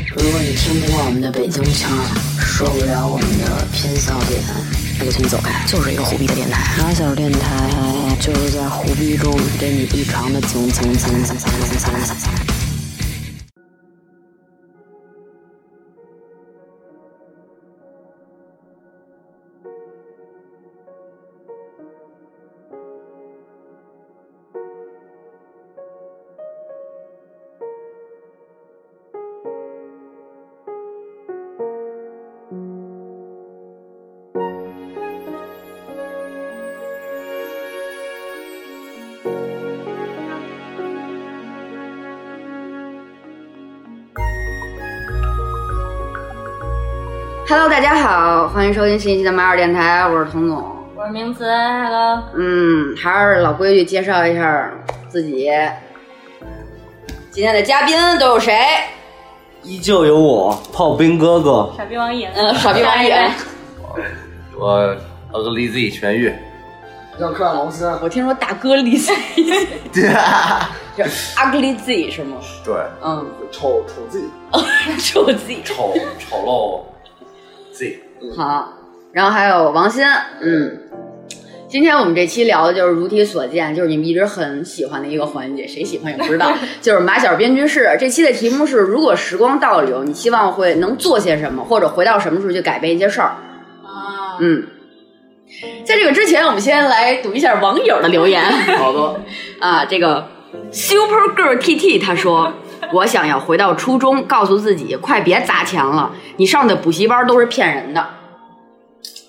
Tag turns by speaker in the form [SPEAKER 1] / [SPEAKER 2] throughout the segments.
[SPEAKER 1] 听不惯我们的北京腔儿，受不了我们的偏笑点，那就请你走开。就是一个虎逼的电台，马小电台就是在虎逼中给你异常的蹭蹭蹭蹭蹭蹭蹭蹭蹭。
[SPEAKER 2] Hello，大家好，欢迎收听新一期的马尔电台，我是童总。
[SPEAKER 3] 我是名词，Hello，
[SPEAKER 2] 嗯，还是老规矩，介绍一下自己。今天的嘉宾都有谁？
[SPEAKER 4] 依旧有我炮兵哥哥，
[SPEAKER 3] 傻逼王野，
[SPEAKER 2] 嗯，傻逼王
[SPEAKER 3] 下一
[SPEAKER 2] 野，
[SPEAKER 3] 位
[SPEAKER 5] 我 ugly z 痊愈，
[SPEAKER 6] 让克劳斯啊
[SPEAKER 2] 我听说大哥 l i z 就 Ugly Z 是吗？
[SPEAKER 5] 对，
[SPEAKER 2] 嗯，
[SPEAKER 6] 丑丑 自己，
[SPEAKER 2] 就 Z
[SPEAKER 5] 丑丑陋 z，
[SPEAKER 2] 好，然后还有王鑫，嗯。今天我们这期聊的就是如题所见，就是你们一直很喜欢的一个环节，谁喜欢也不知 道，就是马小编剧室。这期的题目是：如果时光倒流，你希望会能做些什么，或者回到什么时候去改变一些事儿？
[SPEAKER 3] 啊，
[SPEAKER 2] 嗯，在这个之前，我们先来读一下网友的留言。 好多啊，这个 Super Girl TT 他说：“我想要回到初中，告诉自己，快别砸钱了，你上的补习班都是骗人的。”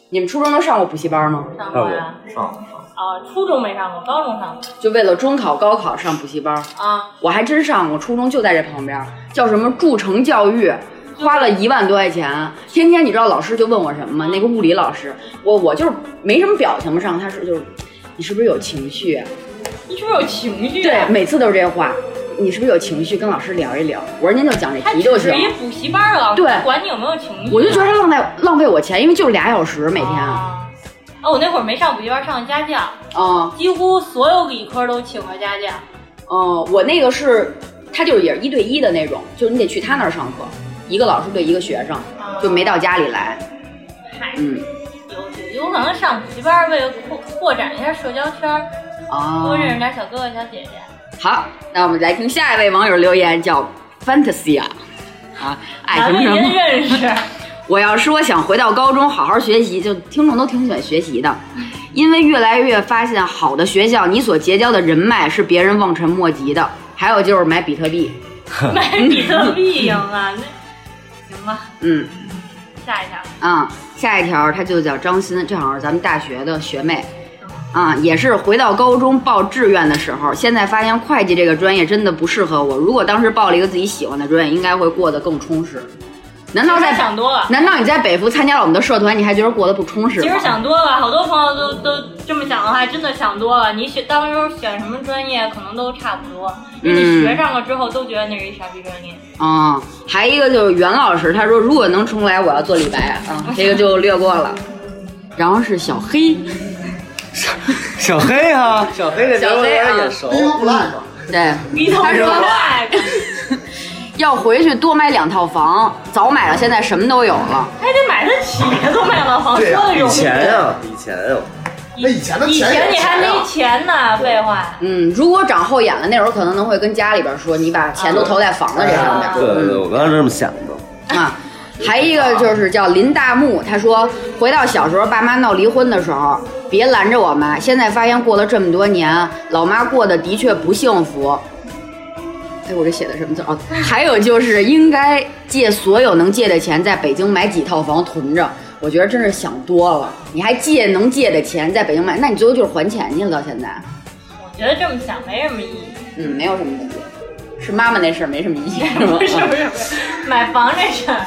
[SPEAKER 2] 你们初中都上过补习班吗？
[SPEAKER 3] 上
[SPEAKER 4] 看
[SPEAKER 3] 过
[SPEAKER 4] 我
[SPEAKER 3] 呀，
[SPEAKER 5] 上了上了，
[SPEAKER 3] 啊，初中没上过，高中上过
[SPEAKER 2] 就为了中考、高考上补习班，
[SPEAKER 3] 啊，
[SPEAKER 2] 我还真上过。初中就在这旁边，叫什么筑城教育，花了一万多块钱。天天你知道老师就问我什么
[SPEAKER 3] 嗯
[SPEAKER 2] 吗？那个物理老师，我我就是没什么表情嘛，上他是就是，你是不是有情绪啊？
[SPEAKER 3] 你是不是有情绪？啊
[SPEAKER 2] 对，，每次都是这话。你是不是有情绪？跟老师聊一聊。我说您就讲这
[SPEAKER 3] 他
[SPEAKER 2] 题
[SPEAKER 3] 只
[SPEAKER 2] 就是行。
[SPEAKER 3] 一补习班的老师，
[SPEAKER 2] 对
[SPEAKER 3] 管你有没有情绪。啊
[SPEAKER 2] 我就觉得他浪费浪费我钱，因为就俩小时每天。啊、
[SPEAKER 3] 啊，啊，我那会儿没上补习班，上的家教，
[SPEAKER 2] 哦、
[SPEAKER 3] 几乎所有理科都请了家教。
[SPEAKER 2] 哦我那个是，他就是也是一对一的那种，就是你得去他那儿上课，一个老师对一个学生，
[SPEAKER 3] 啊
[SPEAKER 2] 就没到家里来。
[SPEAKER 3] 嗨
[SPEAKER 2] 嗯，
[SPEAKER 3] 有有可能上补习班为了扩扩展一下社交圈
[SPEAKER 2] 啊
[SPEAKER 3] 儿，多
[SPEAKER 2] 哦，
[SPEAKER 3] 认识点小哥哥小姐姐。
[SPEAKER 2] 好，那我们来听下一位网友留言，叫 Fantasy 啊，啊，爱
[SPEAKER 3] 咱
[SPEAKER 2] 什么什
[SPEAKER 3] 们
[SPEAKER 2] 么
[SPEAKER 3] 人。认识，
[SPEAKER 2] 我要说想回到高中好好学习，就听众都挺喜欢学习的，因为越来越发现好的学校，你所结交的人脉是别人望尘莫及的。还有就是买比特币，
[SPEAKER 3] 买比特币赢啊，那行吧，
[SPEAKER 2] 嗯
[SPEAKER 3] 下一条。
[SPEAKER 2] 啊，下一条她就叫张欣，这好像是咱们大学的学妹。啊，也是回到高中报志愿的时候，现在发现会计这个专业真的不适合我。如果当时报了一个自己喜欢的专业，应该会过得更充实。难道
[SPEAKER 3] 其
[SPEAKER 2] 在
[SPEAKER 3] 实想多了。
[SPEAKER 2] 难道你在北服参加了我们的社团，你还觉得过得不充 实吗？
[SPEAKER 3] 其实想多了，好多朋友都都这么想的话，真的想多了。你选当时选什么专业，可能都差不多，因为你学上了之后都觉得那是一傻逼专业。
[SPEAKER 2] 啊、还一个就是袁老师，他说如果能重来，我要做李白 啊、这个就略过了。然后是小黑，
[SPEAKER 4] 小黑啊，小黑这
[SPEAKER 2] 小黑啊
[SPEAKER 4] 名字有点眼熟，
[SPEAKER 6] 低头不赖吧？
[SPEAKER 2] 对，
[SPEAKER 3] 你头
[SPEAKER 2] 他 说
[SPEAKER 3] 怪，
[SPEAKER 2] 要回去多买两套房，早买了，现在什么都有了。
[SPEAKER 3] 还哎得买得起，都买了房，
[SPEAKER 6] 对
[SPEAKER 3] 说
[SPEAKER 6] 呀
[SPEAKER 7] 啊
[SPEAKER 3] 的容
[SPEAKER 4] 以
[SPEAKER 3] 易。
[SPEAKER 4] 前呀，以前啊呀，
[SPEAKER 6] 那以前的
[SPEAKER 3] 以
[SPEAKER 6] 钱也
[SPEAKER 3] 前
[SPEAKER 6] 是
[SPEAKER 3] 你还
[SPEAKER 6] 钱
[SPEAKER 3] 没
[SPEAKER 6] 啊
[SPEAKER 3] 钱呢，废话。
[SPEAKER 2] 嗯，如果长后眼了，那会儿可能能会跟家里边说，你把钱都投在房子这上面。
[SPEAKER 3] 啊
[SPEAKER 4] 对对对，我刚才是这么想的。
[SPEAKER 2] 啊。还一个就是叫林大木，他说回到小时候爸妈闹离婚的时候，别拦着我妈。现在发现过了这么多年，老妈过得的确不幸福。哎，我这写的什么字哦？还有就是应该借所有能借的钱，在北京买几套房囤着。我觉得真是想多了，你还借能借的钱在北京买，那你最后就是还钱去了。到现在，
[SPEAKER 3] 我觉得这么想没什么意义，
[SPEAKER 2] 嗯，没有什么意义，是妈妈那事儿没什么意义，是吗？
[SPEAKER 3] 不是不是不是，买房这事儿，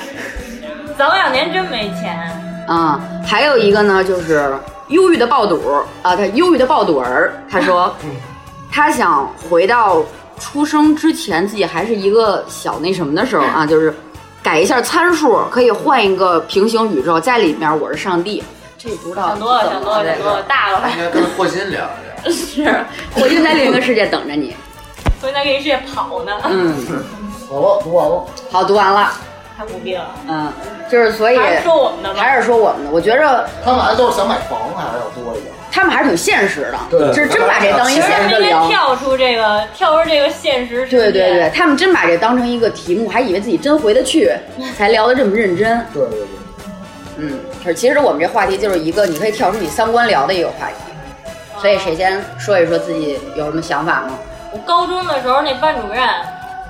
[SPEAKER 3] 早两年真没钱。
[SPEAKER 2] 啊、还有一个呢，就是忧郁的爆肚儿啊，他忧郁的爆肚儿，他 说，
[SPEAKER 3] 嗯
[SPEAKER 2] 他想回到出生之前自己还是一个小那什么的时候啊，就是改一下参数，可以换一个平行宇宙，在里面我是上帝，这不知道
[SPEAKER 3] 想多了，想多了，想多了，大了吧
[SPEAKER 6] 应？该跟霍金聊一聊。
[SPEAKER 2] 是，我就在另一个世界等着你，
[SPEAKER 3] 所以在给世界跑呢。
[SPEAKER 2] 嗯，
[SPEAKER 6] 好了，读完了。
[SPEAKER 2] 好，读完了，
[SPEAKER 3] 太无病了。
[SPEAKER 2] 嗯，就是所以
[SPEAKER 3] 还是说我们的吧，
[SPEAKER 2] 还是说我们的，我觉着
[SPEAKER 6] 他们还都是想买房还是要多一点。
[SPEAKER 2] 他们还是挺现实的，
[SPEAKER 6] 对
[SPEAKER 2] 这真把这当一
[SPEAKER 3] 其
[SPEAKER 2] 现
[SPEAKER 3] 实他
[SPEAKER 2] 实的
[SPEAKER 3] 们应该
[SPEAKER 2] 聊。
[SPEAKER 3] 跳出这个，跳出这个现实世
[SPEAKER 2] 对对
[SPEAKER 3] 界。
[SPEAKER 2] 对，他们真把这当成一个题目，还以为自己真回得去，才聊得这么认真。
[SPEAKER 6] 对对对，
[SPEAKER 2] 嗯，是，其实我们这话题就是一个你可以跳出你三观聊的一个话题。所以谁先说一说自己有什么想法吗？
[SPEAKER 3] 我高中的时候那班主任，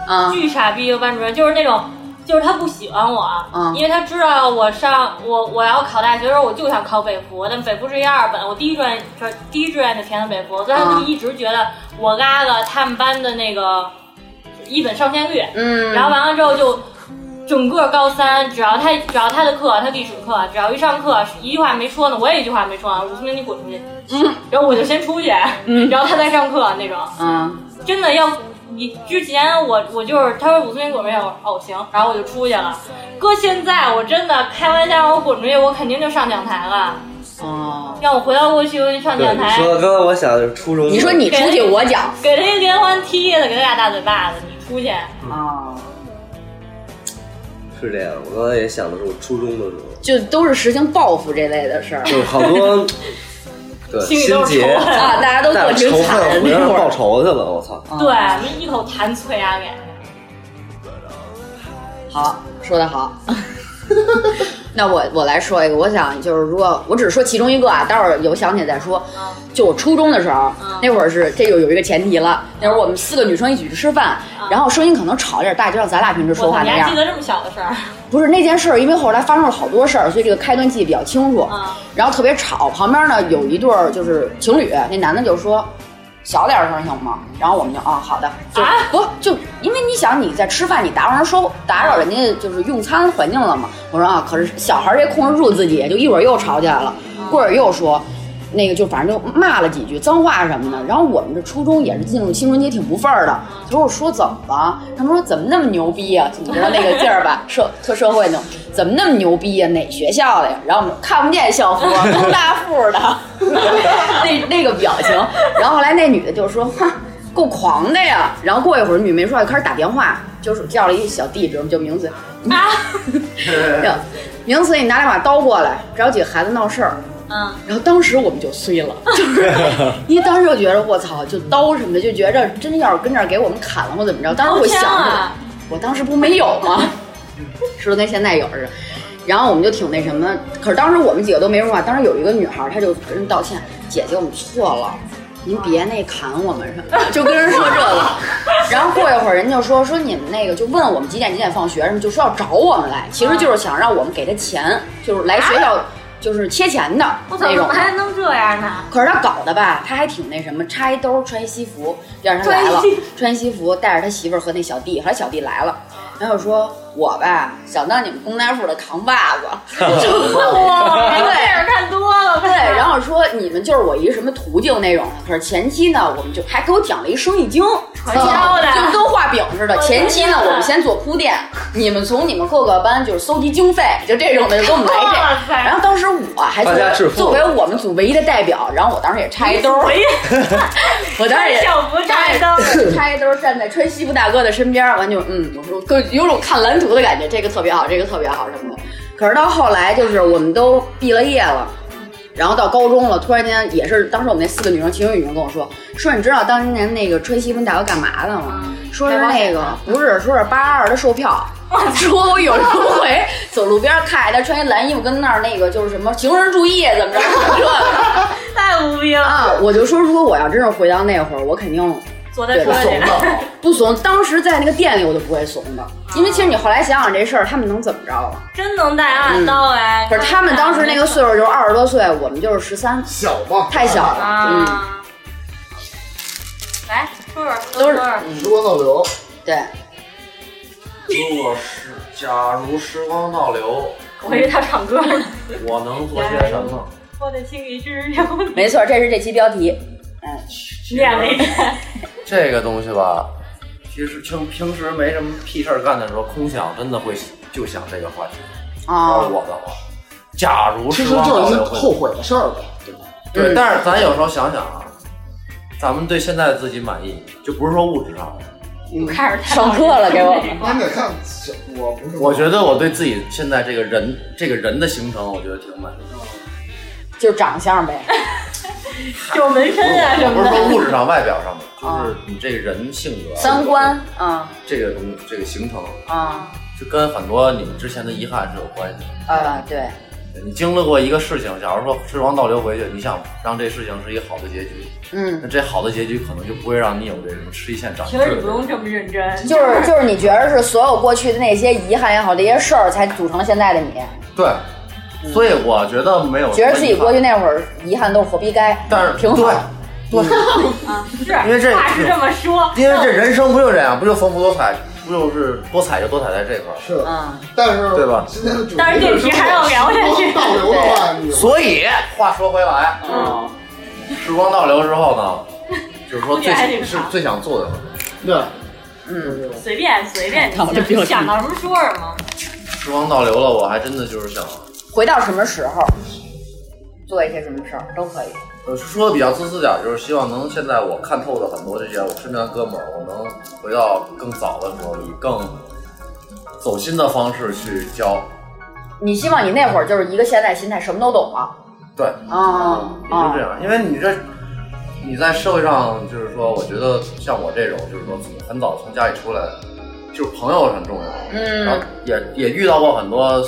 [SPEAKER 2] 啊、
[SPEAKER 3] 巨傻逼一个班主任，就是那种，就是他不喜欢我，
[SPEAKER 2] 嗯
[SPEAKER 3] 因为他知道我上我我要考大学的时候，我就想考北服，但北服是一二本，我第一志愿是第一志愿就填的北服，所以他就
[SPEAKER 2] 嗯
[SPEAKER 3] 一直觉得我拉了他们班的那个一本上千率，
[SPEAKER 2] 嗯，
[SPEAKER 3] 然后完了之后就。整个高三，只要他只要他的课，他历史课，只要一上课，一句话没说呢，我也一句话没说呢，武松你滚出去，然后我就先出去，然后他再上课那种，
[SPEAKER 2] 嗯
[SPEAKER 3] 真的要你之前我我就是他说五村滚出去，我说哦行，然后我就出去了。搁现在我真的开玩笑让我滚出去，我肯定就上讲台了。
[SPEAKER 2] 哦，
[SPEAKER 3] 让我回到过去，我就上
[SPEAKER 4] 对，
[SPEAKER 3] 讲
[SPEAKER 4] 你
[SPEAKER 3] 台，
[SPEAKER 4] 说刚才我想的是初中，
[SPEAKER 2] 你说你出去我讲
[SPEAKER 3] 给他一连环踢的，给他俩大嘴巴子，你出去。
[SPEAKER 2] 哦，
[SPEAKER 4] 是这样，我刚才也想的是我初中的时 候，
[SPEAKER 2] 就都是实行报复这类的事儿
[SPEAKER 4] 就是好多对
[SPEAKER 3] 心里
[SPEAKER 4] 心
[SPEAKER 3] 都是
[SPEAKER 4] 结
[SPEAKER 3] 仇恨
[SPEAKER 2] 啊，大家都
[SPEAKER 4] 带
[SPEAKER 2] 特
[SPEAKER 4] 着
[SPEAKER 2] 挺
[SPEAKER 4] 仇
[SPEAKER 2] 惨的
[SPEAKER 4] 恨回
[SPEAKER 2] 那
[SPEAKER 4] 来
[SPEAKER 2] 会
[SPEAKER 4] 报
[SPEAKER 2] 儿。
[SPEAKER 4] 仇去了，我操！
[SPEAKER 3] 对，那一口痰啐牙给。
[SPEAKER 2] 好，说的好。 那我我来说一个，我想就是如果我只是说其中一个啊，待会儿有想起来再说。
[SPEAKER 3] 嗯
[SPEAKER 2] 就我初中的时候，那会儿是这就有一个前提了，那会儿我们四个女生一起去吃饭，然后声音可能吵点儿大，就像咱俩平时说
[SPEAKER 3] 嗯我
[SPEAKER 2] 话
[SPEAKER 3] 你
[SPEAKER 2] 那
[SPEAKER 3] 还
[SPEAKER 2] 样
[SPEAKER 3] 记。得这么小的事儿？
[SPEAKER 2] 不是那件事儿，因为后来发生了好多事儿，所以这个开端记得比较清楚。
[SPEAKER 3] 嗯
[SPEAKER 2] 然后特别吵，旁边呢有一对儿就是情侣，那男的就说。小点声行吗？然后我们就啊，好的，就、
[SPEAKER 3] 啊
[SPEAKER 2] 不就因为你想你在吃饭，你打扰人说打扰人家就是用餐环境了嘛。我说啊，可是小孩儿这控制住自己，就一会儿又吵起来了，过会儿又说，那个就反正就骂了几句脏话什么的。然后我们这初中也是进入青春期挺不忿儿的，就说我说怎么了？他们说怎么那么牛逼啊？你知道那个劲儿 吧？社特社会那种，怎么那么牛逼呀、哪学校的呀？然后我们看不见 校服，东大附的，那那个表情。然后后来那女的就说，哼。够狂的呀！然后过一会儿，女媒说就开始打电话，就是叫了一小弟，比如就名字，
[SPEAKER 3] 啊，
[SPEAKER 2] 叫名字，你拿两把刀过来，找几个孩子闹事儿，
[SPEAKER 3] 嗯，
[SPEAKER 2] 然后当时我们就碎了， 就是因为当时就觉得我操，就刀什么的，就觉着真要是跟这儿给我们砍了或怎么着，当时我想
[SPEAKER 3] 好
[SPEAKER 2] 着
[SPEAKER 3] 香啊，
[SPEAKER 2] 我当时不没有吗？
[SPEAKER 3] 嗯
[SPEAKER 2] 是不是跟现在有似的？然后我们就挺那什么，可是当时我们几个都没说话。当时有一个女孩儿，她就跟人道歉：“姐姐，我们错了，您别那砍我们什么的，就跟人说这 个。”然后过一会儿，人就说说你们那个就问我们几点几点放学什么，就说要找我们来，其实就是想让我们给她钱，就是来学校就是切钱的
[SPEAKER 3] 啊我操，
[SPEAKER 2] 那
[SPEAKER 3] 怎
[SPEAKER 2] 种
[SPEAKER 3] 么
[SPEAKER 2] 的。
[SPEAKER 3] 还能这样呢？
[SPEAKER 2] 可是他搞的吧，他还挺那什么，插一兜穿一西服。第二天他来了
[SPEAKER 3] 穿一西，哦
[SPEAKER 2] 穿西服，带着他媳妇儿和那小弟，后来小弟来了，然后说：“我吧，想当你们工大附的扛把子。
[SPEAKER 3] 哇，你电影看多了”
[SPEAKER 2] 对，
[SPEAKER 3] 呗。
[SPEAKER 2] 然后说你们就是我一个什么途径那种的。可是前期呢，我们就还给我讲了一生意经，啊
[SPEAKER 3] 传销的
[SPEAKER 2] 就是跟画饼似的。
[SPEAKER 3] 我
[SPEAKER 2] 前期呢，
[SPEAKER 3] 天哪
[SPEAKER 2] 我们先做铺垫，你们从你们各个班就是搜集经费，就这种的就给我们来
[SPEAKER 3] 哇
[SPEAKER 2] 这。
[SPEAKER 3] 塞
[SPEAKER 2] 然后当时我还作
[SPEAKER 4] 大家致
[SPEAKER 2] 为
[SPEAKER 4] 富
[SPEAKER 2] 作为我们组唯一的代表，然后我当时也插一兜儿。
[SPEAKER 3] 回
[SPEAKER 2] 我当时也
[SPEAKER 3] 校服扎一兜儿
[SPEAKER 2] 插一兜儿站在穿西服大哥的身边儿，完就嗯，我说更有种看蓝图的感觉，这个特别好，这个特别好什么的。可是到后来就是我们都毕了业了。然后到高中了，突然间也是，当时我们那四个女生，其中有一个女生跟我说，说你知道当年那个穿西服大哥干嘛的吗？
[SPEAKER 3] 嗯
[SPEAKER 2] 说是那个不是，说是八二的售票，说我有一回走路边儿看见哎他穿一蓝衣服跟那儿那个就是什么行人注意怎么着怎么着的
[SPEAKER 3] 太无病了，
[SPEAKER 2] 啊，我就说如果我要真是回到那会儿，我肯定
[SPEAKER 3] 坐在车
[SPEAKER 2] 对
[SPEAKER 3] 里
[SPEAKER 2] 吧。不怂，当时在那个店里我就不会怂的，因为其实你后来想想这事儿，他们能怎么着啊？
[SPEAKER 3] 真能带暗刀哎！
[SPEAKER 2] 嗯可是他们当时那个岁数就是二十多岁，我们就是十三，
[SPEAKER 6] 小嘛，
[SPEAKER 2] 太小了
[SPEAKER 3] 啊，来说说，
[SPEAKER 2] 嗯都是
[SPEAKER 3] 说说
[SPEAKER 6] 时光倒流，
[SPEAKER 2] 对，
[SPEAKER 5] 如果是假如时光倒流，
[SPEAKER 3] 我以为他唱歌呢。
[SPEAKER 5] 我能做些什么？
[SPEAKER 3] 我的心里是有
[SPEAKER 2] 没错，这是这期标题。
[SPEAKER 3] 念了一遍，
[SPEAKER 2] 嗯
[SPEAKER 5] 这个东西吧，其实平平时没什么屁事儿干的时候，空想真的会就想这个话题。要是
[SPEAKER 2] 哦，
[SPEAKER 5] 我的话，假如
[SPEAKER 6] 啊其
[SPEAKER 5] 时
[SPEAKER 6] 实
[SPEAKER 5] 光
[SPEAKER 6] 就
[SPEAKER 5] 倒
[SPEAKER 6] 是一
[SPEAKER 5] 流
[SPEAKER 6] 后
[SPEAKER 5] 会，
[SPEAKER 6] 悔的事儿呗，对吧？
[SPEAKER 5] 对，
[SPEAKER 2] 嗯
[SPEAKER 5] 但是咱有时候想想啊，咱们对现在自己满意，就不是说物质上的，
[SPEAKER 3] 就开始太
[SPEAKER 2] 上课了给我
[SPEAKER 3] 那个
[SPEAKER 6] 那你得看小，我不是，
[SPEAKER 5] 我觉得我对自己现在这个人这个人的形成，我觉得挺满意的。
[SPEAKER 2] 就是长相呗。
[SPEAKER 3] 有纹身啊什
[SPEAKER 5] 我不
[SPEAKER 3] 么
[SPEAKER 5] 是说
[SPEAKER 3] 的。
[SPEAKER 5] 物质上、外表上面，
[SPEAKER 6] 啊
[SPEAKER 5] 就是你这个人性格、
[SPEAKER 2] 三观，嗯
[SPEAKER 5] 这个东这个形成，
[SPEAKER 2] 嗯
[SPEAKER 5] 就跟很多你们之前的遗憾是有关系的。
[SPEAKER 2] 呃，对，
[SPEAKER 5] 你经历过一个事情，假如说时光倒流回去，你想让这事情是一个好的结局，
[SPEAKER 2] 嗯，
[SPEAKER 5] 那这好的结局可能就不会让你有这种吃一堑长一
[SPEAKER 3] 其
[SPEAKER 5] 智的
[SPEAKER 3] 实
[SPEAKER 5] 这
[SPEAKER 3] 你不
[SPEAKER 5] 种。
[SPEAKER 3] 用这么认真，
[SPEAKER 2] 就是就是你觉得是所有过去的那些遗憾也好，这些事儿才组成了现在的你，
[SPEAKER 3] 嗯
[SPEAKER 5] 对，所以我觉得没有
[SPEAKER 2] 觉得
[SPEAKER 5] 什么
[SPEAKER 2] 自己
[SPEAKER 5] 遗憾
[SPEAKER 2] 过去，那会儿遗憾都是活逼该，
[SPEAKER 5] 但是
[SPEAKER 2] 挺好
[SPEAKER 5] 对。对，
[SPEAKER 3] 是
[SPEAKER 5] 因为这
[SPEAKER 3] 话是这么说，
[SPEAKER 5] 因为这人生不就这样，不就丰富多彩，不就是多彩就多彩在这块儿。
[SPEAKER 6] 是，
[SPEAKER 2] 嗯，
[SPEAKER 6] 但是
[SPEAKER 5] 对吧
[SPEAKER 6] 今天的主题
[SPEAKER 3] 但是这题还要聊下去
[SPEAKER 6] 时光倒流的话，你
[SPEAKER 5] 所以话说回来，
[SPEAKER 3] 嗯
[SPEAKER 6] 啊，
[SPEAKER 5] 时光倒流之后 呢，就是说最
[SPEAKER 3] 还得
[SPEAKER 5] 是
[SPEAKER 3] 查
[SPEAKER 5] 最想做的，
[SPEAKER 6] 对，
[SPEAKER 2] 嗯
[SPEAKER 3] 随便随 便，你想想到什么说什么。
[SPEAKER 5] 时光倒流了，我还真的就是想，
[SPEAKER 2] 回到什么时候，做一些什么事儿都可以。
[SPEAKER 5] 呃，说的比较自私点儿，就是希望能现在我看透的很多这些我身边的哥们儿，我能回到更早的时候，以更走心的方式去教。
[SPEAKER 2] 你希望你那会儿就是一个现在心态，什么都懂了。
[SPEAKER 5] 对，
[SPEAKER 3] 嗯
[SPEAKER 2] 啊
[SPEAKER 5] 也就
[SPEAKER 2] 啊
[SPEAKER 5] 这，样，因为你这你在社会上，就是说，我觉得像我这种，就是说从很早从家里出来的，就是朋友很重要。
[SPEAKER 2] 嗯
[SPEAKER 5] 然后也也遇到过很多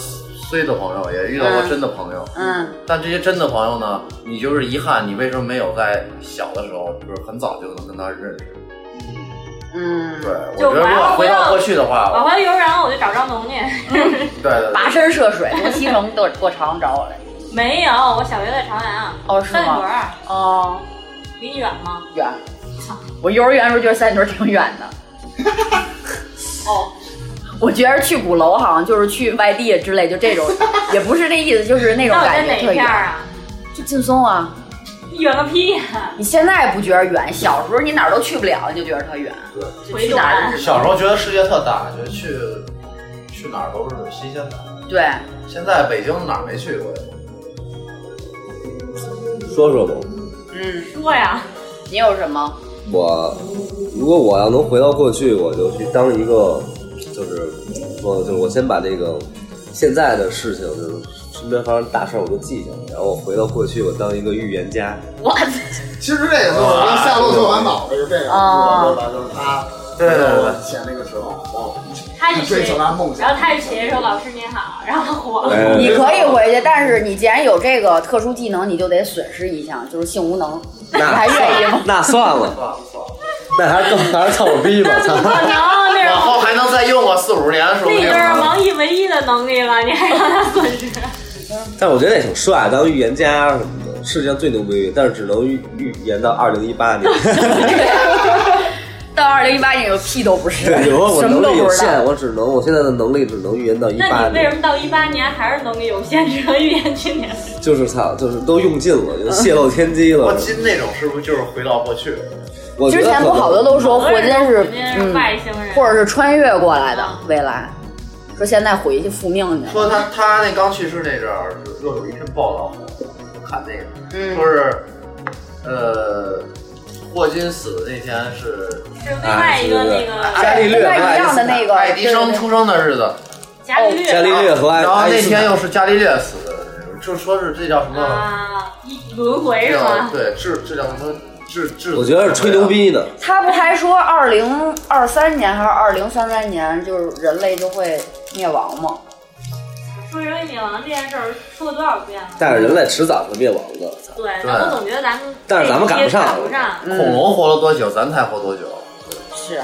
[SPEAKER 5] 衰的朋友，也遇到过真的朋友。
[SPEAKER 2] 嗯
[SPEAKER 5] 但这些真的朋友呢，你就是遗憾，你为什么没有在小的时候，就是很早就能跟他认识？
[SPEAKER 2] 嗯，
[SPEAKER 5] 对，我
[SPEAKER 3] 就
[SPEAKER 5] 觉得如
[SPEAKER 3] 完了
[SPEAKER 5] 果回
[SPEAKER 3] 回到
[SPEAKER 5] 到过去的
[SPEAKER 3] 我
[SPEAKER 5] 话，
[SPEAKER 3] 回悠然后我就找张 农去，
[SPEAKER 5] 对对
[SPEAKER 2] 跋山涉 水，从西城过过长找我来。
[SPEAKER 3] 没有，我小学在长安，
[SPEAKER 2] 哦，是
[SPEAKER 3] 三里屯
[SPEAKER 2] 吗？
[SPEAKER 3] 儿，
[SPEAKER 2] 哦，
[SPEAKER 3] 离你远吗？
[SPEAKER 2] 远。我幼儿园的时候觉得三里屯挺远的。
[SPEAKER 3] 哦，
[SPEAKER 2] 我觉得去鼓楼好像就是去外地之类，就这 种，也不是那意思，就是那种
[SPEAKER 3] 那我在
[SPEAKER 2] 感
[SPEAKER 3] 哪
[SPEAKER 2] 觉
[SPEAKER 3] 一
[SPEAKER 2] 特
[SPEAKER 3] 片
[SPEAKER 2] 远。
[SPEAKER 3] 儿啊？
[SPEAKER 2] 就劲松啊，
[SPEAKER 3] 远个屁！
[SPEAKER 2] 你现在不觉得远，小时候你哪儿都去不了，你就觉得特远。
[SPEAKER 3] 回
[SPEAKER 2] 去哪儿
[SPEAKER 3] 转
[SPEAKER 2] 都
[SPEAKER 5] 对，小时候觉得世界特大，觉得去去哪儿都是新鲜的。
[SPEAKER 2] 对，
[SPEAKER 5] 现在北京哪儿没去过呀？
[SPEAKER 7] 说说吧，
[SPEAKER 2] 嗯，
[SPEAKER 3] 说呀，
[SPEAKER 2] 你有什么？
[SPEAKER 7] 我如果我要能回到过去，我就去当一个，就是怎么说呢，就是我先把这个现在的事情，就是身边发生大事儿我都记下来，然后我回到过去，我当一个预言家。
[SPEAKER 2] 我
[SPEAKER 6] 其实这也是我跟夏洛特烦恼的，就这个，
[SPEAKER 2] 啊
[SPEAKER 6] 对吧？就是他，
[SPEAKER 5] 对对对
[SPEAKER 6] 我以前那个时候，我
[SPEAKER 3] 他去
[SPEAKER 6] 追求
[SPEAKER 3] 学，
[SPEAKER 6] 他梦想，
[SPEAKER 3] 然后他去学一首《老师您好》，然后火了。
[SPEAKER 7] 哎
[SPEAKER 2] 你可以回去，但是你既然有这个特殊技能，你就得损失一项，就是性无能。 你还愿意吗？
[SPEAKER 7] 那算了，那还是够还是操我 逼吧，操！
[SPEAKER 3] 可能 那
[SPEAKER 5] 往
[SPEAKER 3] 是
[SPEAKER 5] 后还能再用个四五十年，说不
[SPEAKER 3] 那
[SPEAKER 5] 定
[SPEAKER 3] 就是
[SPEAKER 5] 呢。
[SPEAKER 3] 王毅唯一的能力了，你还让他损失？
[SPEAKER 7] 但是我觉得也挺帅，当预言家什么的，世界上最牛逼，但是只能预预言到二零一八 年。
[SPEAKER 2] 到二零一八年，就屁都不是，
[SPEAKER 7] 对，有我
[SPEAKER 2] 什
[SPEAKER 7] 能
[SPEAKER 2] 么都
[SPEAKER 7] 力有
[SPEAKER 2] 不知道
[SPEAKER 7] 限，。我只能我现在的能力只能预言到一
[SPEAKER 3] 那
[SPEAKER 7] 八
[SPEAKER 3] 你为什
[SPEAKER 7] 年，
[SPEAKER 3] 么到一八年还是能力有限，只能预言去年？
[SPEAKER 7] 就是操，就是都用尽了，就泄露天机
[SPEAKER 5] 我
[SPEAKER 7] 了。
[SPEAKER 5] 今那种是不是就是回到过去？
[SPEAKER 7] 我觉
[SPEAKER 2] 之
[SPEAKER 7] 得
[SPEAKER 2] 前
[SPEAKER 7] 可
[SPEAKER 2] 不
[SPEAKER 7] 能
[SPEAKER 2] 好多都说霍金是
[SPEAKER 3] 火箭是
[SPEAKER 2] 嗯，
[SPEAKER 3] 外星
[SPEAKER 7] 啊
[SPEAKER 3] 人，
[SPEAKER 2] 或者是穿越过来的
[SPEAKER 3] 啊
[SPEAKER 2] 未来，说现在回去复命去。
[SPEAKER 5] 说他他那刚去世那阵儿，又有一篇报道，我看那个，说
[SPEAKER 2] 嗯，
[SPEAKER 5] 是，呃，霍金死的那天是
[SPEAKER 3] 是另外一
[SPEAKER 7] 哎
[SPEAKER 3] 个那个
[SPEAKER 7] 伽利略
[SPEAKER 2] 跟
[SPEAKER 7] 和
[SPEAKER 2] 他
[SPEAKER 7] 爱
[SPEAKER 2] 一
[SPEAKER 7] 因
[SPEAKER 2] 样
[SPEAKER 7] 斯
[SPEAKER 2] 的
[SPEAKER 7] 坦
[SPEAKER 2] 那个，
[SPEAKER 5] 爱迪生出生的日子，
[SPEAKER 3] 伽利略。
[SPEAKER 7] 伽利略和爱
[SPEAKER 5] 然后
[SPEAKER 7] 爱
[SPEAKER 5] 那
[SPEAKER 7] 因斯
[SPEAKER 5] 天
[SPEAKER 7] 坦
[SPEAKER 5] 又是伽利略死的，就说是这叫什么？
[SPEAKER 3] 啊，一轮回是
[SPEAKER 5] 叫
[SPEAKER 3] 吗？
[SPEAKER 5] 对，这这叫什么？治治？
[SPEAKER 7] 我觉得是吹牛。逼呢。
[SPEAKER 2] 他不还说二零二三年还是二零三三年，就是人类就会灭亡吗？
[SPEAKER 3] 说人类灭亡这件事儿说了多少遍了？
[SPEAKER 7] 但是人类迟早会灭亡的，操！
[SPEAKER 3] 对，但我总觉得咱们
[SPEAKER 7] 但是咱们赶不上
[SPEAKER 3] 赶不上。
[SPEAKER 5] 恐龙活了多久，咱才活多久？
[SPEAKER 2] 是，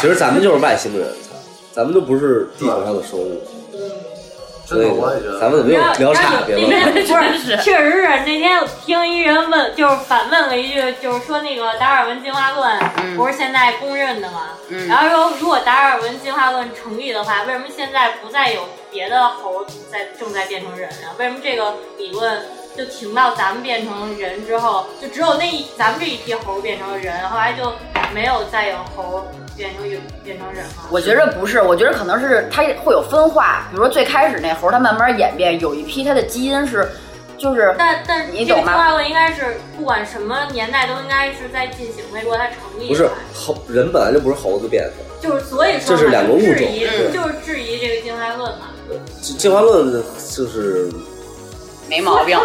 [SPEAKER 7] 其实咱们就是外星人，操！咱们都不是地球上的生物，
[SPEAKER 5] 真的，我也觉
[SPEAKER 7] 咱们
[SPEAKER 5] 得。
[SPEAKER 7] 怎么又聊岔别
[SPEAKER 3] 你这
[SPEAKER 7] 了？
[SPEAKER 3] 不 是，确实是那天听一人问，就是反问了一句，就是说那个达尔文进化论、不是现在公认的吗？然后说如果达尔文进化论成立的话，为什么现在不再有别的猴在正在变成人啊？为什么这个理论就停到咱们变成人之后，就只有那一咱们这一批猴变成人，后来就没有再有猴变成变成人了？
[SPEAKER 2] 我觉着不是，我觉着可能是它会有分化，比如说最开始那猴，它慢慢演变，有一批它的基因是。
[SPEAKER 8] 就是
[SPEAKER 3] 但但
[SPEAKER 8] 你
[SPEAKER 3] 这个
[SPEAKER 8] 懂
[SPEAKER 3] 青
[SPEAKER 8] 吗
[SPEAKER 3] 蛙问应该是不管什么年代都应该是在进行为过它成立的
[SPEAKER 7] 不是猴人本来就不是猴子变的，
[SPEAKER 3] 就是所以说
[SPEAKER 7] 这是
[SPEAKER 3] 嘛
[SPEAKER 7] 两个
[SPEAKER 3] 就
[SPEAKER 7] 物
[SPEAKER 3] 质
[SPEAKER 7] 种嗯
[SPEAKER 3] 疑
[SPEAKER 7] 对
[SPEAKER 3] 就是质疑这个进化论嘛。
[SPEAKER 7] 进进化论就是
[SPEAKER 8] 没毛病。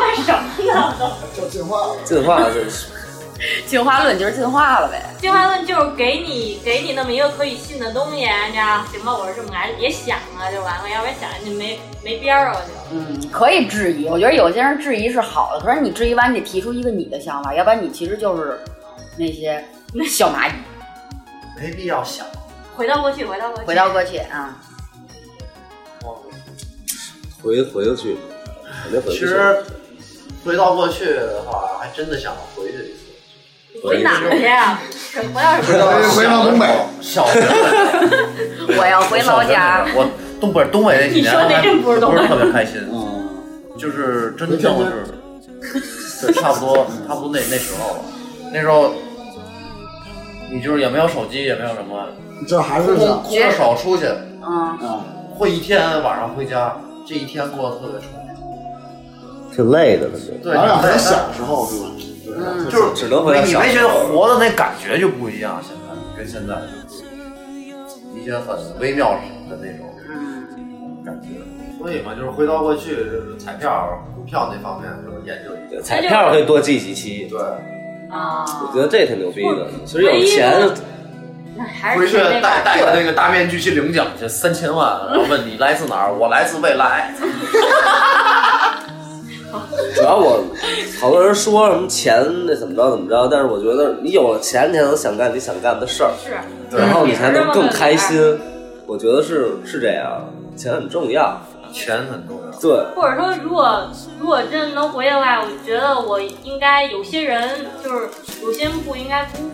[SPEAKER 6] 就进化了。
[SPEAKER 7] 进化就是
[SPEAKER 8] 进化论就是进化了呗。
[SPEAKER 3] 进化论就是给你给你那么一个可以信的东西，你知道行吧？我是这么来的，别想了就完了，要不然想了就没没边儿了就。
[SPEAKER 8] 嗯，可以质疑，我觉得有些人质疑是好的，可是你质疑完，你得提出一个你的想法，要不然你其实就是那些小 蚂蚁。
[SPEAKER 5] 没必要想。
[SPEAKER 3] 回到过去，回到过去，
[SPEAKER 8] 回到过去啊，
[SPEAKER 7] 回回得去，肯定回不
[SPEAKER 5] 其
[SPEAKER 7] 去。
[SPEAKER 5] 实回到过去的话，还真的想回去一次。
[SPEAKER 3] 回哪儿去啊呀？回到什么？
[SPEAKER 6] 回到东北，
[SPEAKER 5] 啊小学的时 候，
[SPEAKER 8] 嗯我要回老 家
[SPEAKER 5] 我小学的时候。我东北东北那几年，
[SPEAKER 3] 你说那真不是东北
[SPEAKER 5] 特别开心，
[SPEAKER 4] 嗯，
[SPEAKER 5] 就是真的就是，对，差不多差不多那那时候了。那时候你就是也没有手机，也没有什么，
[SPEAKER 6] 你这还是
[SPEAKER 5] 空
[SPEAKER 6] 想
[SPEAKER 5] 空着手出去，
[SPEAKER 8] 嗯，
[SPEAKER 5] 会一天晚上回家，这一天过得特别充实。
[SPEAKER 7] 挺累的，感觉。
[SPEAKER 5] 对，
[SPEAKER 6] 咱俩还
[SPEAKER 5] 你
[SPEAKER 6] 是
[SPEAKER 5] 在
[SPEAKER 6] 小时候是吧？对
[SPEAKER 5] 嗯就是
[SPEAKER 7] 只能回到
[SPEAKER 5] 你
[SPEAKER 7] 小
[SPEAKER 5] 没
[SPEAKER 7] 时候
[SPEAKER 5] 觉得活的那感觉就不一样？现在跟现在一些很微妙的那种感觉。所以嘛，就是回到过去，就是彩票、股票那方面就是研究一下。
[SPEAKER 7] 彩票可以多记几期，
[SPEAKER 5] 对，
[SPEAKER 3] 啊
[SPEAKER 7] 我觉得这挺牛逼的。其实有
[SPEAKER 3] 唯一
[SPEAKER 7] 钱
[SPEAKER 3] 的那还
[SPEAKER 5] 回
[SPEAKER 3] 是
[SPEAKER 5] 去
[SPEAKER 3] 学那
[SPEAKER 5] 戴
[SPEAKER 3] 个。
[SPEAKER 5] 戴着那个大面具去领奖去，三千万，然后问你来自哪儿？我来自未来。
[SPEAKER 7] 主要我好多人说什么钱那怎么着怎么着，但是我觉得你有了钱，你才能想干你想干的事儿，
[SPEAKER 3] 是，
[SPEAKER 5] 对
[SPEAKER 7] 然后你才能更开心。我觉得是是这样，钱很重要。
[SPEAKER 5] 钱很重 要。
[SPEAKER 7] 对，
[SPEAKER 3] 或者说，如果如果真的能回的话，我觉得我应该有些人就是有些人不应该辜负，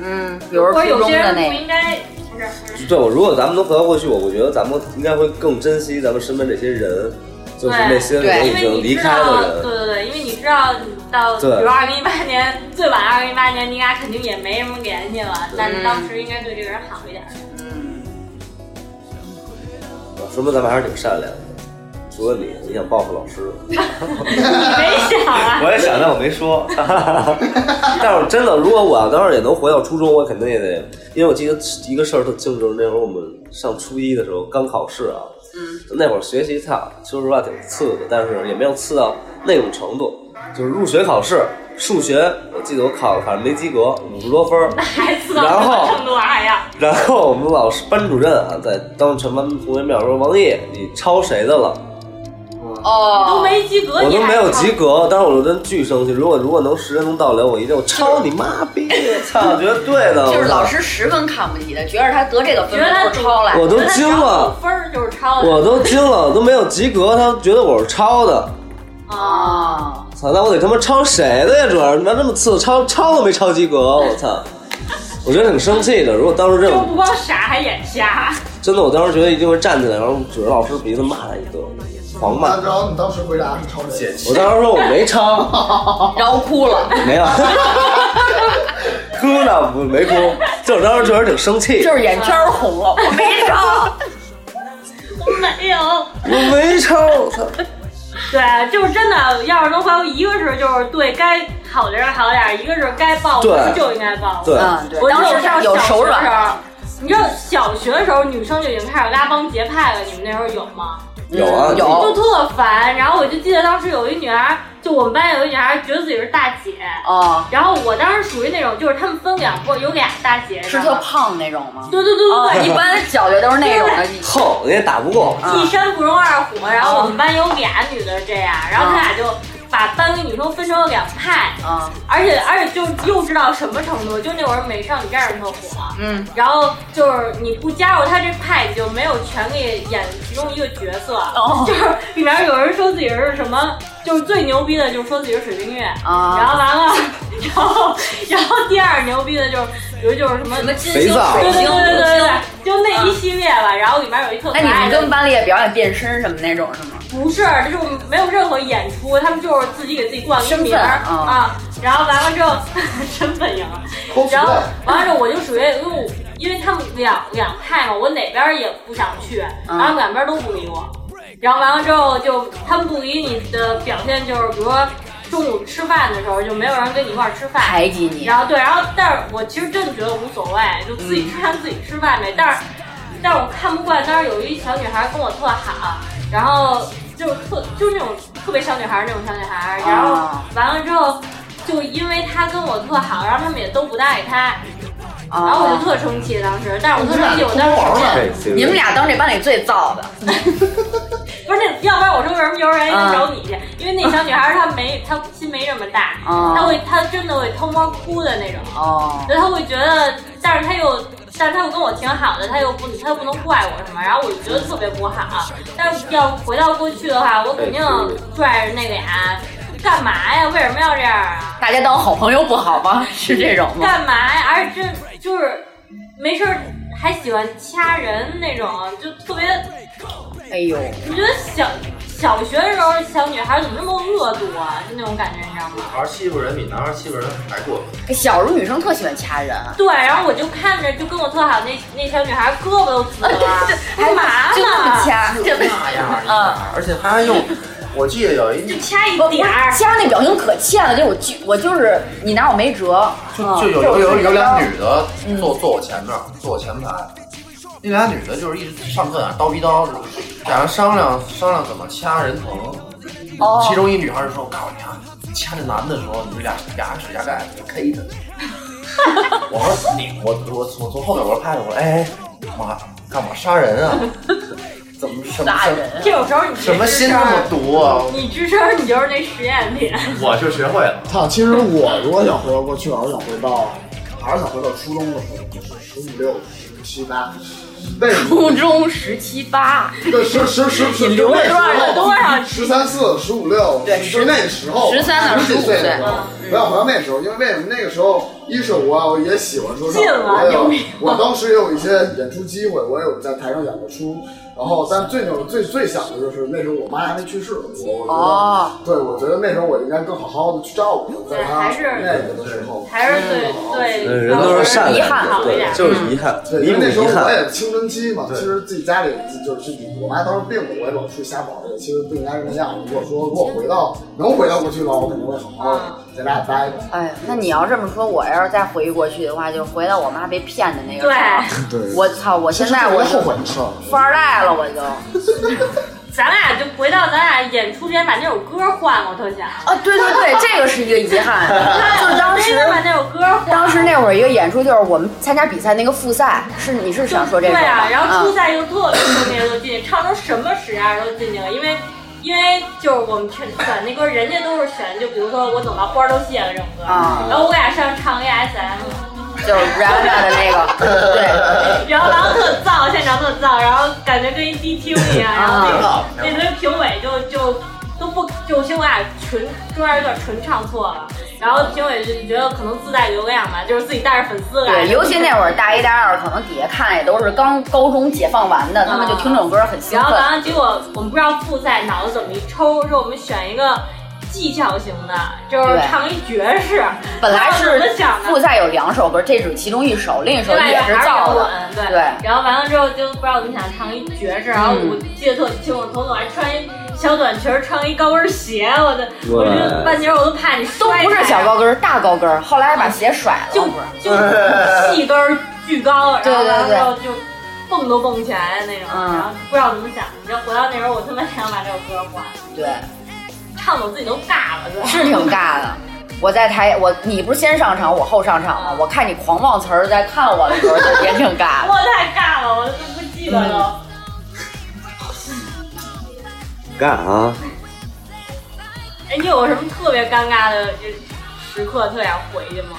[SPEAKER 8] 嗯，比如
[SPEAKER 3] 或者
[SPEAKER 8] 初
[SPEAKER 3] 有
[SPEAKER 8] 中
[SPEAKER 3] 些
[SPEAKER 8] 的
[SPEAKER 3] 人不
[SPEAKER 8] 那
[SPEAKER 3] 应该不是不是
[SPEAKER 7] 对我如果咱们能回到过去，我我觉得咱们应该会更珍惜咱们身边这些人，就是那些可能
[SPEAKER 3] 因
[SPEAKER 7] 已
[SPEAKER 3] 为
[SPEAKER 7] 经
[SPEAKER 3] 你
[SPEAKER 7] 离
[SPEAKER 3] 知
[SPEAKER 7] 开
[SPEAKER 3] 道，
[SPEAKER 7] 的人。
[SPEAKER 3] 对对对，因为你知道你到，比
[SPEAKER 7] 对
[SPEAKER 3] 如二零一八年最晚二零一八年，你俩肯定也没什么联系了，但
[SPEAKER 8] 嗯
[SPEAKER 3] 你当时应该对这个人好一点。
[SPEAKER 7] 说明咱们还是挺善良的。除了你，你想报复老师，
[SPEAKER 3] 你没想啊？
[SPEAKER 7] 我也想，但我没说。但是真的，如果我要当时也能回到初中，我肯定也得，因为我记得一个事儿特清楚，那会儿我们上初一的时候刚考试啊，嗯，那会儿学习差，说实话挺次的，但是也没有次到那种程度。就是入学考试，数学我记得我考反正没及格，五十多分儿，
[SPEAKER 3] 还知道
[SPEAKER 7] 然后
[SPEAKER 3] 程度哎呀，
[SPEAKER 7] 然后我们老师班主任啊，在当全班同学面说：“王毅，你抄谁的了？”
[SPEAKER 3] 都
[SPEAKER 8] 哦，
[SPEAKER 3] 没及格，
[SPEAKER 7] 我
[SPEAKER 3] 你
[SPEAKER 7] 都
[SPEAKER 3] 还
[SPEAKER 7] 没有
[SPEAKER 3] 抄
[SPEAKER 7] 及格，当时我就真巨生气。如果如果能时间能倒流，我一定我抄你妈逼！操，觉得对的，
[SPEAKER 8] 就是老师十分看不起他，觉得他得这个分
[SPEAKER 3] 觉得他
[SPEAKER 8] 我抄来
[SPEAKER 7] 我都
[SPEAKER 3] 觉得
[SPEAKER 7] 惊
[SPEAKER 3] 只要
[SPEAKER 7] 了
[SPEAKER 3] 有分儿就是抄的。
[SPEAKER 7] 我都惊了，我都没有及格，他觉得我是抄的。
[SPEAKER 3] 啊，
[SPEAKER 8] 啊，
[SPEAKER 7] 操，那我得他妈抄谁的呀？主要你妈这么次，抄抄都没抄及格，我操！我觉得挺生气的。如果当时这
[SPEAKER 3] 就
[SPEAKER 7] 种
[SPEAKER 3] 不光傻，还眼瞎。
[SPEAKER 7] 真的，我当时觉得一定会站起来，然后指着老师鼻子骂他一顿，狂骂
[SPEAKER 6] 那。然后你当时回答是抄这个，
[SPEAKER 7] 我当时说我没抄，
[SPEAKER 8] 然后哭了，
[SPEAKER 7] 没有， 哭呢不没哭，就是当时确实挺生气。
[SPEAKER 8] 就是眼圈红了，我没抄。
[SPEAKER 3] 我没有。
[SPEAKER 7] 我没抄，我操！
[SPEAKER 3] 对，就是真的，要是能回头，一个是就是对该好的人好点儿，一个是该报
[SPEAKER 7] 对
[SPEAKER 3] 的就应该报。
[SPEAKER 7] 对，
[SPEAKER 8] 嗯，对，
[SPEAKER 3] 我
[SPEAKER 8] 当时
[SPEAKER 3] 上
[SPEAKER 8] 有
[SPEAKER 3] 小
[SPEAKER 8] 手
[SPEAKER 3] 学的时
[SPEAKER 8] 软，
[SPEAKER 3] 候，你知道小学的时候女生就已经开始拉帮结派了，你们那时候有吗？
[SPEAKER 7] 有
[SPEAKER 2] 嗯
[SPEAKER 7] 啊，
[SPEAKER 8] 有
[SPEAKER 3] 就特烦。然后我就记得当时有一女孩，就我们班有一女孩觉得自己是大姐，
[SPEAKER 8] 哦，
[SPEAKER 3] 然后我当时属于那种就是他们分两拨，有俩大姐，
[SPEAKER 8] 是特胖那种吗？
[SPEAKER 3] 对对对
[SPEAKER 2] 哦
[SPEAKER 8] 啊，
[SPEAKER 3] 对对，
[SPEAKER 8] 一般小学都是那种的，
[SPEAKER 7] 厚，人家打不过。
[SPEAKER 2] 嗯
[SPEAKER 3] 一山不容二虎。然后我们班有俩女的这样，
[SPEAKER 8] 嗯
[SPEAKER 3] 然后他俩就把班里女生分成了两派，
[SPEAKER 8] 啊，
[SPEAKER 2] 嗯
[SPEAKER 3] 而且而且就幼稚到什么程度？就那会儿美少女战士特火，
[SPEAKER 8] 嗯，
[SPEAKER 3] 然后就是你不加入他这派，你就没有权利演其中一个角色。
[SPEAKER 8] 哦
[SPEAKER 3] 就是里面有人说自己是什么，就是最牛逼的，就是说自己是水冰月。
[SPEAKER 8] 啊
[SPEAKER 3] 然后完了，然后然后第二牛逼的就是，比如就是什么
[SPEAKER 8] 什么金
[SPEAKER 7] 肥
[SPEAKER 8] 星
[SPEAKER 7] 皂
[SPEAKER 3] 对
[SPEAKER 8] 水
[SPEAKER 3] 对对
[SPEAKER 8] 晶
[SPEAKER 3] 对对对，就那一系列吧。然后里面有一特
[SPEAKER 8] 那
[SPEAKER 3] 可
[SPEAKER 8] 你
[SPEAKER 3] 爱
[SPEAKER 8] 们
[SPEAKER 3] 的
[SPEAKER 8] 跟班里也表演变身什么那种是吗？
[SPEAKER 3] 不是，就是没有任何演出，他们就是自己给自己冠了一个
[SPEAKER 8] 身份
[SPEAKER 3] 名儿、
[SPEAKER 8] 嗯
[SPEAKER 3] 啊，然后完了之后 身份赢，
[SPEAKER 6] 抠皮
[SPEAKER 3] 然后
[SPEAKER 6] 带。
[SPEAKER 3] 完了之后我就属于因为我
[SPEAKER 8] 啊
[SPEAKER 3] 因为他们两两派嘛，我哪边儿也不想去，然后两边儿都不理我。然后完了之后就他们不理你的表现就是，比如说中午吃饭的时候就没有人跟你一块儿吃饭，
[SPEAKER 2] 排挤你。
[SPEAKER 3] 然后对，然后但是我其实真的觉得无所谓，
[SPEAKER 2] 嗯
[SPEAKER 3] 就自己吃饭自己吃饭呗。但是，但是我看不惯，当时有一小女孩跟我特好，然后就是特就是那种特别小女孩那种小女孩，然后
[SPEAKER 2] 啊
[SPEAKER 3] 完了之后，就因为她跟我特好，然后他们也都不搭理她，然后我就
[SPEAKER 2] 啊！
[SPEAKER 3] 特生气当时，但是我特生气，我当时生气。
[SPEAKER 7] 这
[SPEAKER 2] 你们俩当时这班里最燥 的，
[SPEAKER 3] 不是，那要不然我说为什么幼儿园要找你去？因为那小女孩她没，她心没这么大，
[SPEAKER 2] 啊
[SPEAKER 3] 她会，她真的会偷摸哭的那种。
[SPEAKER 2] 哦，
[SPEAKER 3] 就他会觉得，但是他又，但是他又跟我挺好的，他又不，他又不能怪我什么，然后我就觉得特别不好。但是要回到过去的话，我肯定拽着那俩，干嘛呀？为什么要这样啊？
[SPEAKER 2] 大家当好朋友不好吗？是这种吗？
[SPEAKER 3] 干嘛呀？而且这就是没事儿还喜欢掐人那种，就特别，
[SPEAKER 2] 哎呦，
[SPEAKER 3] 我觉得小小学的时候小女孩怎么那么恶毒啊？就那种感觉，你知道吗？
[SPEAKER 5] 女孩欺负人比男孩欺负人还过分。
[SPEAKER 2] 小时候女生特喜欢掐人，啊
[SPEAKER 3] 对，然后我就看着就跟我特好那那小女孩胳膊都 紫了，干嘛呢？
[SPEAKER 2] 就这么
[SPEAKER 3] 啊
[SPEAKER 2] 掐，就
[SPEAKER 5] 那样儿一下，
[SPEAKER 2] 嗯
[SPEAKER 5] 而且还用，我记得有一
[SPEAKER 3] 就掐一
[SPEAKER 2] 不
[SPEAKER 3] 点儿，
[SPEAKER 2] 掐那表情可欠了，这我就我就是你拿我没辙，嗯
[SPEAKER 5] 就有有有有俩女的坐坐我前面，坐我前排，那俩女的就是一直上课啊，叨逼叨，俩人商量商量怎么掐人疼。
[SPEAKER 2] 哦
[SPEAKER 5] 其中一女孩就说：“我告诉你啊，掐那男的时候，你们俩俩指甲盖就 K 他。” 我说：“你我我我从后面我拍着我说：‘哎，妈，干嘛杀人 啊？怎么什么
[SPEAKER 2] 打
[SPEAKER 5] 什么
[SPEAKER 2] 人，
[SPEAKER 3] 这种时候你
[SPEAKER 5] 什么心那么毒啊
[SPEAKER 3] 你吱声，你就是那实 验品。？”
[SPEAKER 5] 我就学会了，
[SPEAKER 6] 操，其实我如果想回到过去，我想回到，还是想回到初中的时候，十五六、十七八，那时候
[SPEAKER 2] 初中十七八，
[SPEAKER 6] 对十十十十
[SPEAKER 2] 留乱了多
[SPEAKER 3] 少
[SPEAKER 6] 十三四、十五六，
[SPEAKER 2] 对
[SPEAKER 6] 就是那时候，
[SPEAKER 2] 13到
[SPEAKER 6] 十
[SPEAKER 2] 15
[SPEAKER 6] 岁的
[SPEAKER 2] 岁
[SPEAKER 6] 时候，我想回到那时候，因为为什么那个时候，一是我我也喜欢说唱，
[SPEAKER 3] 进了
[SPEAKER 6] 我也
[SPEAKER 3] 有
[SPEAKER 6] 有
[SPEAKER 3] 没有
[SPEAKER 6] 我当时也有一些演出机会，我也有在台上演过出。然后，但最牛、最最想的就是那时候我妈还没去世，我我觉得，
[SPEAKER 2] 哦
[SPEAKER 6] 对，我觉得那时候我应该更好好的去照顾她，在
[SPEAKER 3] 对
[SPEAKER 6] 她
[SPEAKER 3] 还是
[SPEAKER 6] 那个的时候，
[SPEAKER 3] 还是对对，
[SPEAKER 7] 呃嗯人都是善
[SPEAKER 2] 遗憾
[SPEAKER 7] 良
[SPEAKER 3] 好
[SPEAKER 7] 的，
[SPEAKER 3] 一点
[SPEAKER 7] 对，。就是遗憾，
[SPEAKER 6] 对，
[SPEAKER 7] 弥
[SPEAKER 6] 因为
[SPEAKER 7] 补
[SPEAKER 6] 那时候
[SPEAKER 7] 遗
[SPEAKER 6] 我
[SPEAKER 7] 憾。
[SPEAKER 6] 也青春期嘛，其实自己家里就是我妈当时病了，我也老出去瞎跑去，其实不应该是那样的。如果说如果回到能回到过去的话，我肯定会好好在家里待着。
[SPEAKER 2] 哎，那你要这么说，我要是再回忆过去的话，就是回到我妈被骗的那个时候。
[SPEAKER 6] 对
[SPEAKER 2] 我操！我现在
[SPEAKER 6] 我
[SPEAKER 2] 我
[SPEAKER 6] 后
[SPEAKER 2] 就
[SPEAKER 6] 悔的事儿，
[SPEAKER 2] 富二代了，我就啊，
[SPEAKER 3] 咱俩就回到咱俩演出之前把那首歌换了，我特想。
[SPEAKER 2] 对对 对，这个是一个遗 憾，就是当时
[SPEAKER 3] 真的把那首歌换了。
[SPEAKER 2] 当时那会儿一个演出，就是我们参加比赛那个复赛，是你是想说这个吗？
[SPEAKER 3] 对啊，然后初
[SPEAKER 2] 嗯
[SPEAKER 3] 赛又特别特别的进，唱成什么屎样都进去了，因为。因为就是我们选选那歌，人家都是选，就比如说我走到花儿都谢了这种歌，
[SPEAKER 2] 啊
[SPEAKER 3] 然后我俩上唱 A S M，
[SPEAKER 2] 嗯就是 r a p 的那 个，对，
[SPEAKER 3] 然后然后特燥，现场特燥，然后感觉跟一迪厅 一样，然后那
[SPEAKER 2] 啊
[SPEAKER 3] 个
[SPEAKER 5] 啊
[SPEAKER 3] 那堆评委就就都不就听我俩纯中间一段纯唱错了，然后评委就觉得可能自带流量吧，就是自己带着粉丝来，
[SPEAKER 2] 对，尤其那会儿大一大二，可能底下看也都是刚高中解放完的，他们就听这种歌很兴
[SPEAKER 3] 然后
[SPEAKER 2] 奋。
[SPEAKER 3] 完了，结果我们不知道复赛脑子怎么一抽，说我们选一个技巧型的，就是
[SPEAKER 2] 对
[SPEAKER 3] 唱一爵士。
[SPEAKER 2] 本来
[SPEAKER 3] 然后
[SPEAKER 2] 是
[SPEAKER 3] 怎么想
[SPEAKER 2] 复
[SPEAKER 3] 的？
[SPEAKER 2] 赛有两首歌，这只是其中一首，另一首
[SPEAKER 3] 对吧，
[SPEAKER 2] 也是造的。
[SPEAKER 3] 还是摇滚，
[SPEAKER 2] 对
[SPEAKER 3] 然后完了之后就不知道怎么想，唱一爵士。然
[SPEAKER 2] 嗯
[SPEAKER 3] 后我记得特清楚，童总还穿一小短裙，穿一高跟鞋，我的，我就半截儿我都怕你
[SPEAKER 2] 都
[SPEAKER 3] 摔。
[SPEAKER 2] 不是小高，跟儿，大高跟儿，后来还把鞋甩了。
[SPEAKER 3] 就就细跟儿巨高，然
[SPEAKER 2] 对
[SPEAKER 3] 后
[SPEAKER 2] 对
[SPEAKER 3] 完了
[SPEAKER 2] 对
[SPEAKER 3] 之后就蹦都蹦不起来的那种。
[SPEAKER 2] 嗯
[SPEAKER 3] 然后不知道怎么想，你知道回到那时候，我他妈想把这首歌换。
[SPEAKER 2] 对，
[SPEAKER 3] 唱的我自己都尬了，是吧？
[SPEAKER 2] 是挺尬的。我在台，我你不是先上场，我后上场吗？我看你狂忘词儿在看我的时候，就也挺尬的。
[SPEAKER 3] 我太尬了，我都不记得了。
[SPEAKER 7] 干啊！
[SPEAKER 2] 嗯
[SPEAKER 3] 哎，你有什么特别尴尬的时刻特想回去吗？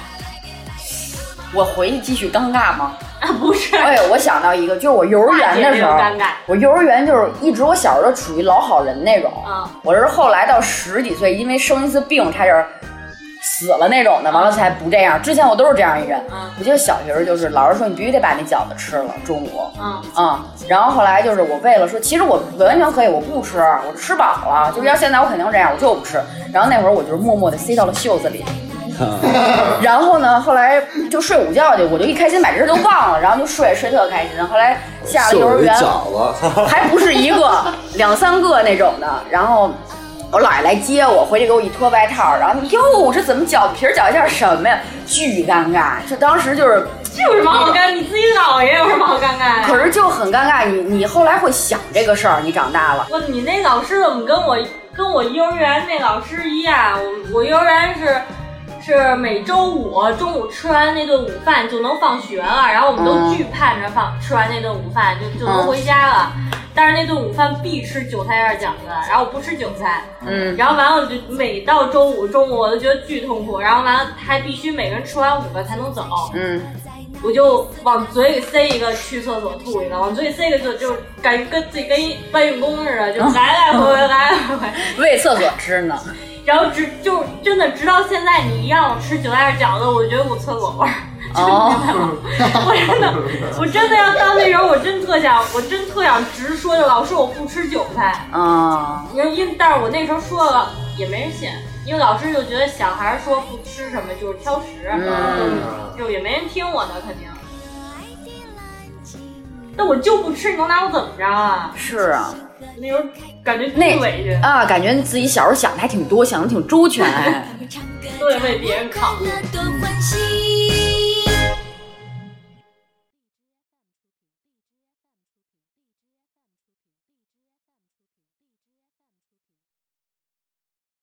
[SPEAKER 2] 我回去继续尴尬吗？
[SPEAKER 3] 啊，不是，
[SPEAKER 2] 哎，我想到一个，就是我幼儿园的时候
[SPEAKER 3] 大姐这个尴尬，
[SPEAKER 2] 我幼儿园就是一直我小时候都属于老好人那种，
[SPEAKER 3] 嗯
[SPEAKER 2] 我是后来到十几岁，因为生一次病差点儿死了那种的，完了才不这样。之前我都是这样一人，
[SPEAKER 3] 嗯
[SPEAKER 2] 我记得小学时候就是老师说你必须得把那饺子吃了，中午，
[SPEAKER 3] 嗯
[SPEAKER 2] 啊、然后后来就是我为了说，其实我完全可以，我不吃，我吃饱了，就是要现在我肯定这样，我就不吃。然后那会儿我就是默默的塞到了袖子里，
[SPEAKER 3] 嗯
[SPEAKER 2] 然后呢，后来就睡午觉去，我就一开心把这事都忘了，然后就睡睡特开心。后来下了幼儿
[SPEAKER 7] 就
[SPEAKER 2] 园，
[SPEAKER 7] 饺子，
[SPEAKER 2] 还不是一个，两三个那种的。然后我姥爷来接我，回去给我一脱外套，然后哟，这怎么脚皮儿脚一下什么呀？巨尴尬，就当时就是，
[SPEAKER 3] 这有什么好尴？你自己姥爷有什啊么好尴尬呀？
[SPEAKER 2] 可是就很尴尬。你你后来会想这个事儿，你长大了，
[SPEAKER 3] 我你那老师怎么跟我跟我幼儿园那老师一样？我我幼儿园是是每周五中午吃完那顿午饭就能放学了，然后我
[SPEAKER 2] 嗯
[SPEAKER 3] 们都巨盼着放、吃完那顿午饭就就能回家了。但是那顿午饭必吃韭菜馅饺子，然后我不吃韭菜，
[SPEAKER 2] 嗯，
[SPEAKER 3] 然后完了我就每到周五中午我都觉得巨痛苦，然后完了还必须每个人吃完五个才能走，
[SPEAKER 2] 嗯，
[SPEAKER 3] 我就往嘴里塞一个，去厕所吐一个，往嘴里塞一个就就感觉跟自己跟一搬运工似的，就来来回回来来回回，
[SPEAKER 2] 为厕所吃呢。
[SPEAKER 3] 然后直就真的直到现在，你让我吃韭菜馅饺子，我觉得我厕所味儿。
[SPEAKER 2] 哦
[SPEAKER 3] 真的我真的，我真的要到那时候，我真特想，我真特想直说，就老师我不吃韭菜，
[SPEAKER 2] 啊，
[SPEAKER 3] 因为因但是我那时候说了也没人信，因为老师就觉得小孩说不吃什么就是挑食，
[SPEAKER 2] 嗯
[SPEAKER 3] 就就也没人听我的肯定。那我就不吃，你能拿我怎么着啊？
[SPEAKER 2] 是啊，
[SPEAKER 3] 那时候感觉
[SPEAKER 2] 那
[SPEAKER 3] 巨委屈，
[SPEAKER 2] 啊，感觉自己小时候想的还挺多，想的挺周全，哎
[SPEAKER 3] 都得为别人考虑。
[SPEAKER 9] 多欢喜。